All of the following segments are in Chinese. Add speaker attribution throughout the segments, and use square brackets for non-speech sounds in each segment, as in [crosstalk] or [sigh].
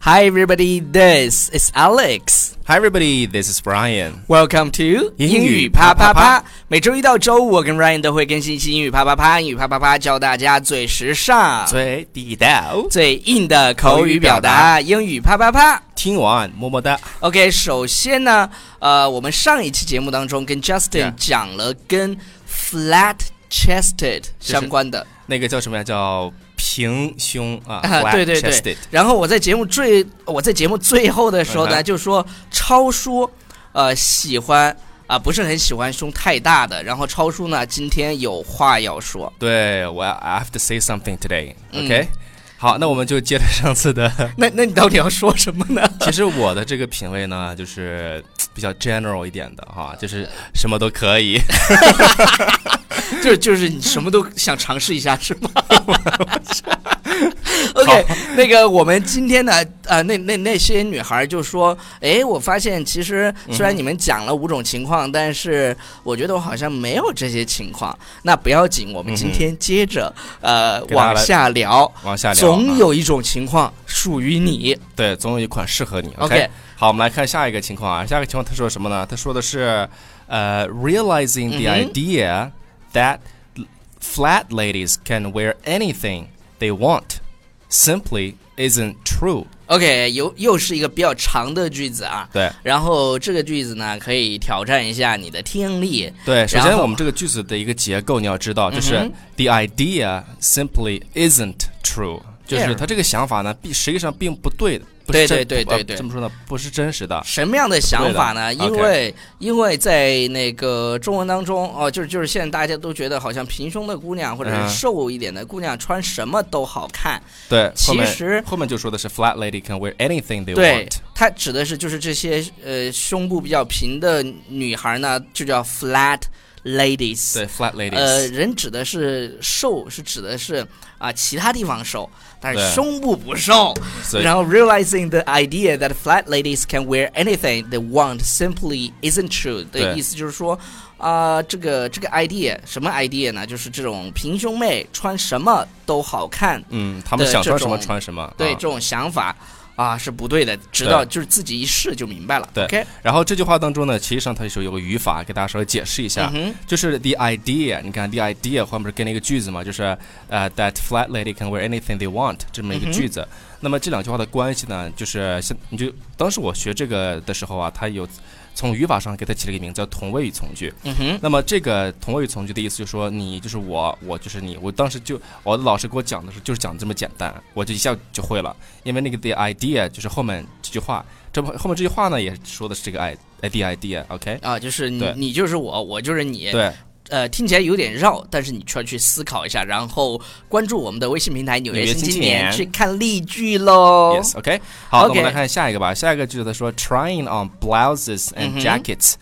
Speaker 1: Hi, everybody. This is Alex.
Speaker 2: Hi, everybody. This is Brian.
Speaker 1: Welcome to
Speaker 2: 英语啪啪啪。
Speaker 1: 每周一到周五，我跟 Ryan 都会更新一期英语啪啪啪。英语啪啪啪，教大家最时尚、
Speaker 2: 最地道，
Speaker 1: 最硬的口语表达。英语啪啪啪。
Speaker 2: 听啊完么么哒。
Speaker 1: OK，首先呢，呃，我们上一期节目当中跟 Justin
Speaker 2: Yeah
Speaker 1: 讲了跟 flat chested 相关的。
Speaker 2: 那个叫什么呀？叫平胸啊
Speaker 1: 啊，对对对
Speaker 2: flat-chested。
Speaker 1: 然后我在节目最我在节目最后的时候呢，
Speaker 2: 嗯哼
Speaker 1: 就说超叔，呃，喜欢啊、不是很喜欢胸太大的。然后超叔呢，今天有话要说。
Speaker 2: 对，我 I have to say something today.
Speaker 1: 嗯
Speaker 2: OK，、好，那我们就接着上次的。
Speaker 1: 那那你到底要说什么呢？
Speaker 2: 其实我的这个品味呢，就是比较 general 一点的哈，就是什么都可以。
Speaker 1: [laughs] 就就是你什么都想尝试一下是
Speaker 2: [laughs]
Speaker 1: 吗？OK，那个我们今天呢，呃，那那那些女孩就说，哎，我发现其实
Speaker 2: 嗯
Speaker 1: 虽然你们讲了五种情况，但是我觉得我好像没有这些情况。那不要紧，我们今天接着、呃
Speaker 2: 嗯给大家
Speaker 1: 往下聊，
Speaker 2: 往下聊啊，嗯
Speaker 1: 总有一种情况属于你。
Speaker 2: 对，总有一款适合你。
Speaker 1: OK
Speaker 2: 好，我们来看下一个情况啊。下一个情况他说什么呢？他说的是，呃，realizing
Speaker 1: 嗯
Speaker 2: the
Speaker 1: 哼
Speaker 2: idea that flat ladies can wear anything they want simply isn't true。
Speaker 1: OK，又又是一个比较长的句子啊。
Speaker 2: 对
Speaker 1: 然后这个句子呢，可以挑战一下你的听力。
Speaker 2: 对，首
Speaker 1: 然
Speaker 2: 先
Speaker 1: 后
Speaker 2: 我们这个句子的一个结构你要知道，就是
Speaker 1: 嗯
Speaker 2: the idea simply isn't true。就
Speaker 1: Yeah
Speaker 2: 是他这个想法呢，并实际上并不对的，不
Speaker 1: 对
Speaker 2: 是
Speaker 1: 对
Speaker 2: 真
Speaker 1: 对
Speaker 2: 不呃
Speaker 1: 对对
Speaker 2: 这么说呢，不是真实的。
Speaker 1: 什么样的想法呢？
Speaker 2: 对的
Speaker 1: 因为因为在那个中文当中，哦，就是就是现在大家都觉得好像平胸的姑娘或者
Speaker 2: 嗯
Speaker 1: 是瘦一点的姑娘穿什么都好看，
Speaker 2: 对，后面
Speaker 1: 其实
Speaker 2: 后面就说的是 flat lady can wear anything they
Speaker 1: 对
Speaker 2: want。，
Speaker 1: 它指的是就是这些呃胸部比较平的女孩呢，就叫 flat ladies。
Speaker 2: 对，flat ladies。
Speaker 1: 呃，人指的是瘦，是指的是啊、其他地方瘦，但是
Speaker 2: 对
Speaker 1: 胸部不瘦。
Speaker 2: 所以
Speaker 1: 然后 realizing the idea that flat ladies can wear anything they want simply isn't true 的
Speaker 2: 对
Speaker 1: 意思就是说，啊、这个这个 idea 什么 idea 呢？就是这种平胸妹穿什么都好看，
Speaker 2: 嗯，他们
Speaker 1: 的
Speaker 2: 想
Speaker 1: 这
Speaker 2: 穿什么
Speaker 1: 种
Speaker 2: 穿什么。
Speaker 1: 对
Speaker 2: 啊
Speaker 1: 这种想法啊是不对的，直到
Speaker 2: 对
Speaker 1: 就是自己一试就明白了。
Speaker 2: 对
Speaker 1: OK，
Speaker 2: 然后这句话当中呢，其实上它是有个语法，给大家稍微解释一下，
Speaker 1: 嗯哼
Speaker 2: 就是 the idea，你看 the idea 后面不是跟了一个句子嘛，就是呃、that flat lady can wear anything they want 这么一
Speaker 1: 嗯
Speaker 2: 个句子。那么这两句话的关系呢，就是像你就当时我学这个的时候啊，它有从语法上给它起了一个名字叫同位语从句。
Speaker 1: 嗯哼，
Speaker 2: 那么这个同位语从句的意思就是说，你就是我，我就是你。我当时就我的老师给我讲的时候，就是讲的这么简单，我就一下就会了。因为那个 the idea 就是后面这句话，这不后面这句话呢也说的是这个 i the idea，OK？、
Speaker 1: 啊，就是你
Speaker 2: 对
Speaker 1: 你就是我，我就是你，
Speaker 2: 对
Speaker 1: 呃，听起来有点绕，但是你需要去思考一下，然后关注我们的微信平台《纽
Speaker 2: 纽约
Speaker 1: 新
Speaker 2: 新
Speaker 1: 青
Speaker 2: 青
Speaker 1: 年》，
Speaker 2: 年
Speaker 1: 去看例句喽。
Speaker 2: ，yes，OK？、好那我
Speaker 1: OK
Speaker 2: 们来看下一个吧。下一个句子他说，trying on blouses
Speaker 1: 嗯
Speaker 2: and
Speaker 1: 哼
Speaker 2: jackets、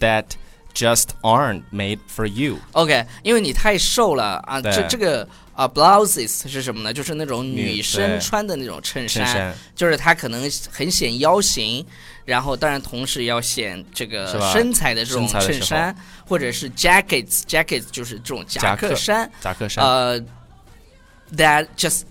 Speaker 2: that just aren't made for you。
Speaker 1: OK，因为你太瘦了啊，
Speaker 2: 对
Speaker 1: 这这个啊，blouses 是什么呢？就是那种
Speaker 2: 女
Speaker 1: 女生
Speaker 2: 对
Speaker 1: 穿的那种衬
Speaker 2: 衬衫
Speaker 1: 就是它可能很显腰型，然后当然同时也要显这个
Speaker 2: 是吧
Speaker 1: 身材的这种
Speaker 2: 身材的
Speaker 1: 衬
Speaker 2: 时候
Speaker 1: 衫，或者是 jackets，jackets 就是这种夹
Speaker 2: 夹
Speaker 1: 克
Speaker 2: 克
Speaker 1: 衫，
Speaker 2: 夹克衫。
Speaker 1: 呃，that just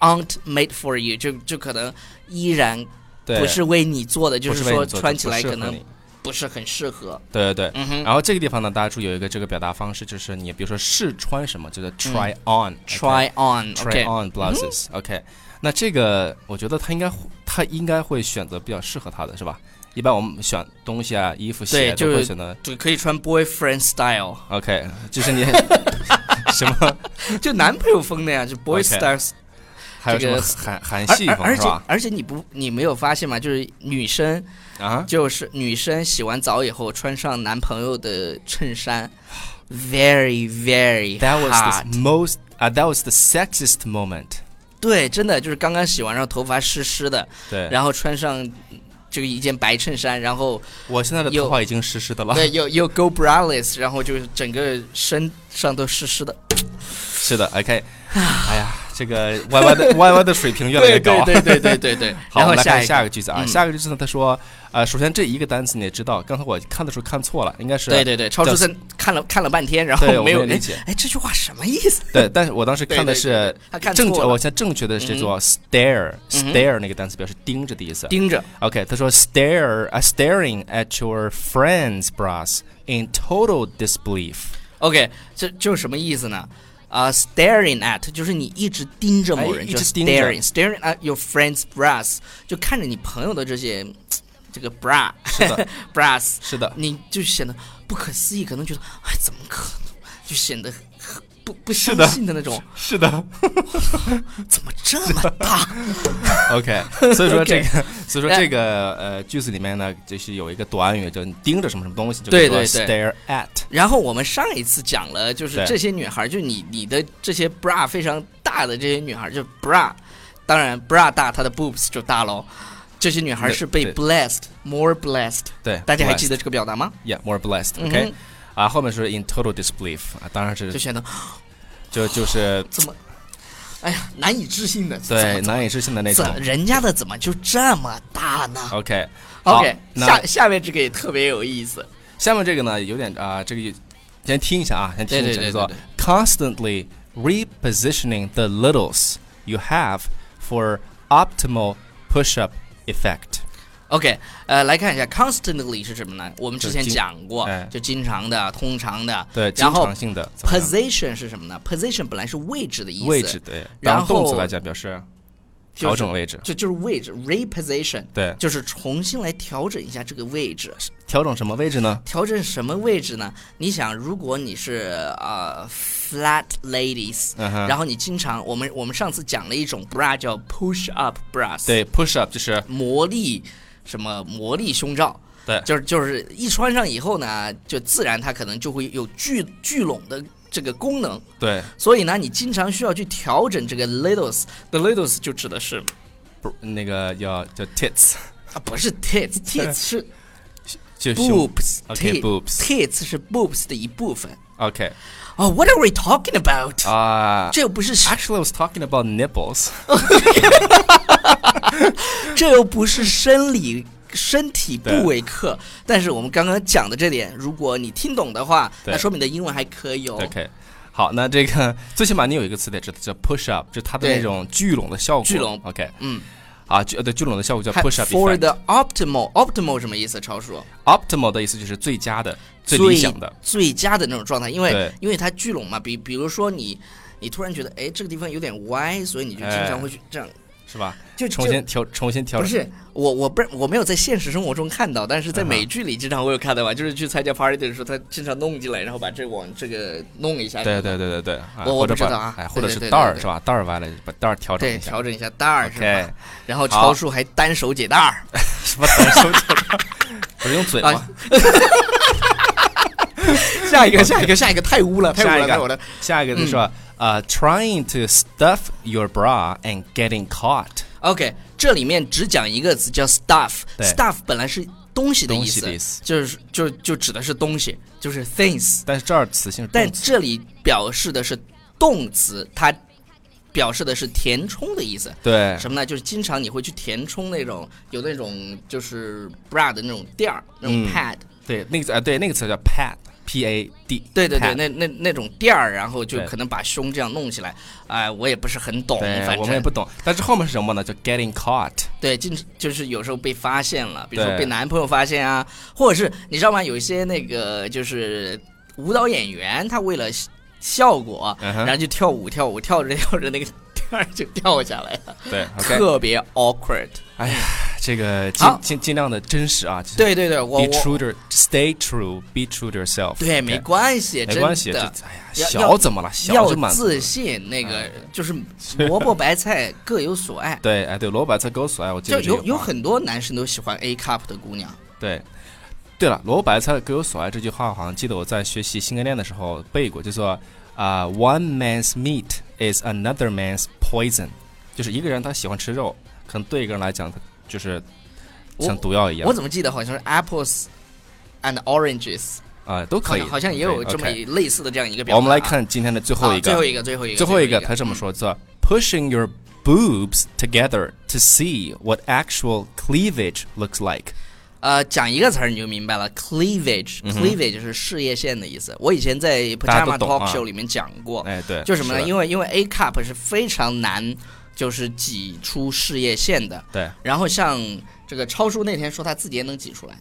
Speaker 1: aren't made for you，就就可能依然
Speaker 2: 对，
Speaker 1: 不是为你做的，就
Speaker 2: 不
Speaker 1: 是
Speaker 2: 为
Speaker 1: 说
Speaker 2: 你做的
Speaker 1: 穿
Speaker 2: 不
Speaker 1: 起来
Speaker 2: 适合
Speaker 1: 可能
Speaker 2: 你
Speaker 1: 不是很适合。
Speaker 2: 对对对，
Speaker 1: 嗯哼
Speaker 2: 然后这个地方呢，大家注意有一个这个表达方式，就是你比如说试穿什么，就是 try on，
Speaker 1: 嗯 Try 嗯 on，OK，
Speaker 2: try on blouses，OK、那这个我觉得他应该会他应该会选择比较适合他的是吧？一般我们选东西啊、衣服、
Speaker 1: 对
Speaker 2: 鞋
Speaker 1: 就
Speaker 2: 都会
Speaker 1: 是
Speaker 2: 选择。
Speaker 1: 就可以穿 boyfriend style， [laughs]
Speaker 2: OK，就是 [laughs] 你什么
Speaker 1: 就男朋友风那样，就 boy
Speaker 2: OK
Speaker 1: style。
Speaker 2: 还有
Speaker 1: 这
Speaker 2: 什
Speaker 1: 个
Speaker 2: 么韩韩
Speaker 1: 而
Speaker 2: 系
Speaker 1: 而
Speaker 2: 风
Speaker 1: 而
Speaker 2: 是
Speaker 1: 且
Speaker 2: 吧？
Speaker 1: 而且你不你没有发现吗？就是女生
Speaker 2: 啊，
Speaker 1: 就是女生洗完澡以后穿上男朋友的衬衫，very very
Speaker 2: That was
Speaker 1: hot。
Speaker 2: the most 啊、that was the sexiest moment。
Speaker 1: 对，真的就是刚刚洗完，然后头发湿湿的，
Speaker 2: 对，
Speaker 1: 然后穿上这个一件白衬衫，然后
Speaker 2: 我现在的
Speaker 1: 又
Speaker 2: 头发已经湿湿的了。
Speaker 1: 对又又 go braless，然后就是整个身上都湿湿的。
Speaker 2: 是的，OK。哎呀，这个 Y
Speaker 1: [laughs]
Speaker 2: Y 的 Y Y 的水平越来越高。啊
Speaker 1: 对对对对对对。
Speaker 2: [laughs] 好，
Speaker 1: 然
Speaker 2: 我
Speaker 1: 后
Speaker 2: 们来看
Speaker 1: 一
Speaker 2: 下
Speaker 1: 个，
Speaker 2: 个句子啊，
Speaker 1: 嗯
Speaker 2: 下个句子呢，他说，呃，首先这一个单词你也知道，刚才我看的时候看错了，应该是
Speaker 1: 对对对，超出三看了看了半天，然后
Speaker 2: 对我
Speaker 1: 没有
Speaker 2: 没有理
Speaker 1: 哎
Speaker 2: 解
Speaker 1: 哎这句话什么意思？
Speaker 2: 对，但是我当时看的
Speaker 1: 对对
Speaker 2: 是
Speaker 1: 对他看
Speaker 2: 正确，
Speaker 1: 错了嗯
Speaker 2: 我现在正确的是做 stare stare 那个单词表示盯着的意思。
Speaker 1: 盯着
Speaker 2: OK，他说 stare a staring at your friend's bras in total disbelief。
Speaker 1: ，OK，这就是什么意思呢？啊、s t a r i n g at 就是你一直盯着某
Speaker 2: 哎
Speaker 1: 人，
Speaker 2: 一
Speaker 1: 就
Speaker 2: 直盯着
Speaker 1: staring，staring at your friend's bras，就看着你朋友的这些这个 bra
Speaker 2: 是的，
Speaker 1: [laughs] bras，
Speaker 2: 是的，
Speaker 1: 你就显得不可思议，可能觉得哎怎么可能，就显得很不不
Speaker 2: 是
Speaker 1: 相
Speaker 2: 的
Speaker 1: 信的那种，
Speaker 2: 是的。
Speaker 1: 怎么这么大？ [laughs]
Speaker 2: OK，所以说
Speaker 1: OK
Speaker 2: 这个，所以说这个呃句子里面呢，就是有一个短语，叫你盯着什么什么东西，就
Speaker 1: 对
Speaker 2: 叫做
Speaker 1: 对
Speaker 2: stare at。
Speaker 1: 然后我们上一次讲了，就是
Speaker 2: 对
Speaker 1: 这些女孩儿，就你你的这些 bra 非常大的这些女孩儿，就 bra，当然 bra 大，她的 boobs 就大喽。这些女孩儿
Speaker 2: 对
Speaker 1: 是被
Speaker 2: 对
Speaker 1: blessed more blessed，
Speaker 2: 对，
Speaker 1: 大家还记得
Speaker 2: 得
Speaker 1: 这个表达吗？
Speaker 2: ？Yeah，more blessed。
Speaker 1: 嗯
Speaker 2: OK，
Speaker 1: 哼
Speaker 2: 啊，后面是 in total disbelief 啊，当然是
Speaker 1: 就显得
Speaker 2: 就就是
Speaker 1: 怎么，哎呀，难以置信的，
Speaker 2: 对
Speaker 1: [laughs] 怎么
Speaker 2: 难以置信的那种
Speaker 1: 怎。么人家的怎么就这么大呢
Speaker 2: OK，好
Speaker 1: ？OK，，
Speaker 2: 那
Speaker 1: 下下面这个也特别有意思。
Speaker 2: 下面这个呢，有点啊，这个先听一下啊，先听一下，
Speaker 1: 对对对
Speaker 2: 叫做
Speaker 1: 对
Speaker 2: constantly repositioning the littles you have for optimal push-up effect。
Speaker 1: OK，呃，来看一下 constantly 是什么呢？我们之前
Speaker 2: 就经
Speaker 1: 讲过，
Speaker 2: 哎
Speaker 1: 就经常的、通常的，
Speaker 2: 对，经
Speaker 1: 然后
Speaker 2: 常性的怎么样
Speaker 1: position 是什么呢？position 本来是位置的意思，
Speaker 2: 位置对，
Speaker 1: 然
Speaker 2: 当动词
Speaker 1: 后
Speaker 2: 来讲表示
Speaker 1: 就
Speaker 2: 调
Speaker 1: 是
Speaker 2: 整位置，
Speaker 1: 就就是位置 reposition，
Speaker 2: 对，
Speaker 1: 就是重新来调整一下这个位置。
Speaker 2: 调整什么位置呢？
Speaker 1: 调整什么位置呢？你想，如果你是呃 flat ladies，、
Speaker 2: 嗯哼，
Speaker 1: 然后你经常我们我们上次讲了一种 bra 叫 push up bras，，
Speaker 2: 对，push up 就是
Speaker 1: 魔力什么魔力胸罩。
Speaker 2: 对
Speaker 1: 就是就是一穿上以后呢，就自然它可能就会有聚聚拢的这个功能，
Speaker 2: 对
Speaker 1: 所以呢，你经常需要去调整这个 littles。the littles 就指的是
Speaker 2: 不那个叫叫
Speaker 1: [laughs]
Speaker 2: tits，
Speaker 1: 啊，不是 [laughs] tits，tits 是
Speaker 2: 就胸 OK，boobs
Speaker 1: boobs，tits 是 boobs 的一部分。
Speaker 2: OK
Speaker 1: 哦，What are we talking about？
Speaker 2: 啊。
Speaker 1: 这又不是
Speaker 2: Actually, I was talking about nipples.
Speaker 1: 这又不是生理身体部位课，但是我们刚刚讲的这点，如果你听懂的话，
Speaker 2: 对
Speaker 1: 那说明你的英文还可以哦。
Speaker 2: OK，好，那这个最起码你有一个词得知道，叫 push up，就是它的
Speaker 1: 对
Speaker 2: 那种聚拢的效果。
Speaker 1: 聚拢
Speaker 2: OK，
Speaker 1: 嗯，
Speaker 2: 啊，聚呃对聚拢的效果叫
Speaker 1: 还
Speaker 2: push up
Speaker 1: for
Speaker 2: effect。
Speaker 1: the optimal，optimal 什么意思？超叔，
Speaker 2: Optimal 的意思就是最佳的、最理想的。
Speaker 1: 最、最佳的那种状态，因为
Speaker 2: 对
Speaker 1: 因为它聚拢嘛，比比如说你。你突然觉得，哎，这个地方有点歪，所以你就经常
Speaker 2: 哎
Speaker 1: 会去这样，
Speaker 2: 是吧？
Speaker 1: 就
Speaker 2: 重
Speaker 1: 就
Speaker 2: 新调，重新调
Speaker 1: 不
Speaker 2: 整。
Speaker 1: 是我，我不是我没有在现实生活中看到，但
Speaker 2: 嗯
Speaker 1: 是在美剧里经常会有看到吧，就是去参加 party 的时候，他经常弄进来，然后把这往这个弄一下，
Speaker 2: 对对对对对，啊
Speaker 1: 哎我我
Speaker 2: 或者
Speaker 1: 不知道
Speaker 2: 把
Speaker 1: 啊
Speaker 2: 哎，
Speaker 1: 对
Speaker 2: 或者
Speaker 1: 对
Speaker 2: 是
Speaker 1: 对
Speaker 2: 袋
Speaker 1: 对
Speaker 2: 儿
Speaker 1: 对
Speaker 2: 是吧？袋儿完了，把袋儿调整
Speaker 1: 对，
Speaker 2: 一 [laughs] 下。
Speaker 1: 调整一下带儿是
Speaker 2: OK，
Speaker 1: 吧？然后
Speaker 2: 好
Speaker 1: 超叔还单手解带
Speaker 2: [laughs]
Speaker 1: 儿
Speaker 2: 什么单手指
Speaker 1: [laughs]
Speaker 2: 头？不是用嘴吗
Speaker 1: 啊？。下一个，下一个， [laughs] 下一个，嗯太污了，太
Speaker 2: 下
Speaker 1: 污
Speaker 2: 一
Speaker 1: 了，太污
Speaker 2: 个
Speaker 1: 了。，
Speaker 2: 下一个就是说呃，trying to stuff your bra and getting caught，
Speaker 1: OK，这里面只讲一个词叫 stuff。
Speaker 2: 对
Speaker 1: stuff 本来是东西的意
Speaker 2: 东西
Speaker 1: 思，
Speaker 2: 的意思
Speaker 1: 就是就就指的是东西，就是 things。
Speaker 2: 但是这儿词性是
Speaker 1: 但
Speaker 2: 动词，
Speaker 1: 这里表示的是动词，它表示的是填充的意思。
Speaker 2: 对，
Speaker 1: 什么呢？就是经常你会去填充那种有那种就是 bra 的那种垫儿，那种
Speaker 2: 嗯
Speaker 1: pad。
Speaker 2: 对，那个词啊，对，那个词叫 pad，p a d，
Speaker 1: 对对对，
Speaker 2: pad
Speaker 1: 那那那种垫儿，然后就
Speaker 2: 对
Speaker 1: 可能把胸这样弄起来，哎、我也不是很懂，反
Speaker 2: 对，
Speaker 1: 正
Speaker 2: 我们也不懂。但是后面是什么呢？叫 getting caught，
Speaker 1: 对，经就是有时候被发现了，比如说
Speaker 2: 对
Speaker 1: 被男朋友发现啊，或者是你知道吗？有一些那个就是舞蹈演员，他为了效效果，
Speaker 2: 嗯
Speaker 1: 然后
Speaker 2: 哼，
Speaker 1: 就跳舞跳舞跳着跳着那个垫儿就掉下来了，
Speaker 2: 对，OK，
Speaker 1: 特别 awkward。
Speaker 2: 哎呀，这个尽
Speaker 1: 好
Speaker 2: 尽尽量的真实啊，就是
Speaker 1: 对对对，我
Speaker 2: be
Speaker 1: 我
Speaker 2: true to stay true, be true to yourself，
Speaker 1: 对
Speaker 2: OK
Speaker 1: 没关系，
Speaker 2: 没关系，
Speaker 1: 真
Speaker 2: 这
Speaker 1: 的。
Speaker 2: 哎呀，
Speaker 1: 要
Speaker 2: 小
Speaker 1: 要
Speaker 2: 怎么了？小
Speaker 1: 要
Speaker 2: 就满足了
Speaker 1: 自信，那个
Speaker 2: 哎
Speaker 1: 就是萝卜白菜各有所
Speaker 2: [laughs]
Speaker 1: 爱。
Speaker 2: 对，哎，对，萝卜白菜各有所爱，我记
Speaker 1: 就
Speaker 2: 得这
Speaker 1: 有
Speaker 2: 句
Speaker 1: 有
Speaker 2: 话
Speaker 1: 很多男生都喜欢 A cup 的姑娘，
Speaker 2: 对。对了，萝卜白菜各有所爱这句话，好像记得我在学习新概念的时候背过，就说啊、o n e man's meat is another man's poison，就是一个人他喜欢吃肉，可能对一个人来讲，他就是像毒药一样
Speaker 1: 我怎么记得好像是 apples and oranges，
Speaker 2: 啊、都
Speaker 1: 好
Speaker 2: 可以，
Speaker 1: 像好像也有这么
Speaker 2: o
Speaker 1: 类似的这样一个
Speaker 2: k
Speaker 1: 表达啊。
Speaker 2: 我们来看今天的最后一
Speaker 1: 啊
Speaker 2: 个，
Speaker 1: 最后一个，最后一个，
Speaker 2: 最后一个，
Speaker 1: 最
Speaker 2: 他这么说，叫 pushing your boobs together to see what actual cleavage looks like。
Speaker 1: 呃，讲一个词儿你就明白了，cleavage，cleavage
Speaker 2: 嗯
Speaker 1: 就是事业线的意思。我以前在 Pajama
Speaker 2: 都懂
Speaker 1: Talk
Speaker 2: 啊
Speaker 1: Show 里面讲过，
Speaker 2: 哎，对，
Speaker 1: 哦就什么呢？
Speaker 2: 为
Speaker 1: 因为因为 A cup 是非常难，就是挤出事业线的。
Speaker 2: 对
Speaker 1: 然后像这个超叔那天说他自己也能挤出来，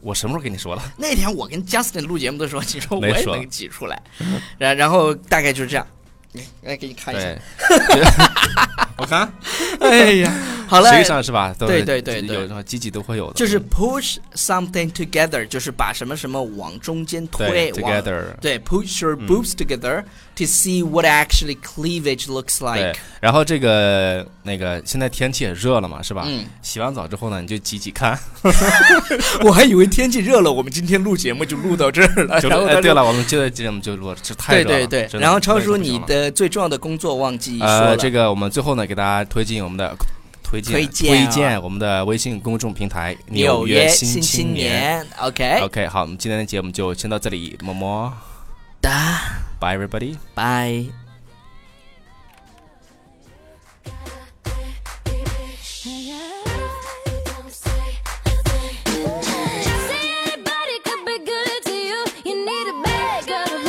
Speaker 2: 我什么时候跟你说了？
Speaker 1: 那天我跟 Justin 录节目的时候，你说我
Speaker 2: 没
Speaker 1: 也
Speaker 2: 说
Speaker 1: 能挤出来，然然后大概就是这样。来来给你看一下， [laughs]
Speaker 2: 对，我看
Speaker 1: 哎呀， [laughs] 好了
Speaker 2: 实，际上是吧？都
Speaker 1: 对对对对
Speaker 2: 有什么积极都会有的，
Speaker 1: 就是 push something together，就是把什么什么往中间推
Speaker 2: 对
Speaker 1: 往
Speaker 2: together。嗯
Speaker 1: 对，push your boobs together to see what actually cleavage looks
Speaker 2: 对
Speaker 1: like。，
Speaker 2: 然后这个那个，现在天气也热了嘛，是吧？
Speaker 1: 嗯，
Speaker 2: 洗完澡之后呢，你就挤
Speaker 1: [laughs]
Speaker 2: 挤看。
Speaker 1: 我还以为天气热了，我们今天录节目就录到这儿了。
Speaker 2: 就
Speaker 1: 然后
Speaker 2: 哎，
Speaker 1: 他
Speaker 2: 对
Speaker 1: 说，
Speaker 2: 了，我们接着节目就录了，这太
Speaker 1: 对
Speaker 2: 热
Speaker 1: 对
Speaker 2: 了。
Speaker 1: 对。
Speaker 2: 真的
Speaker 1: 然后超
Speaker 2: 真
Speaker 1: 叔，
Speaker 2: 是不行
Speaker 1: 你
Speaker 2: 了
Speaker 1: 的最重要的工作忘记说
Speaker 2: 呃，
Speaker 1: 了，
Speaker 2: 这个我们最后呢，给大家推荐我们的推荐
Speaker 1: 推荐啊
Speaker 2: 推荐我们的微信公众平台《
Speaker 1: 纽
Speaker 2: 约
Speaker 1: 约新
Speaker 2: 青
Speaker 1: 青。年，OK，
Speaker 2: OK，好，我们今天的节目就先到这里，么么
Speaker 1: 哒，
Speaker 2: ，Bye everybody。
Speaker 1: 拜。
Speaker 3: Just say anybody could be good to you. You need a bag of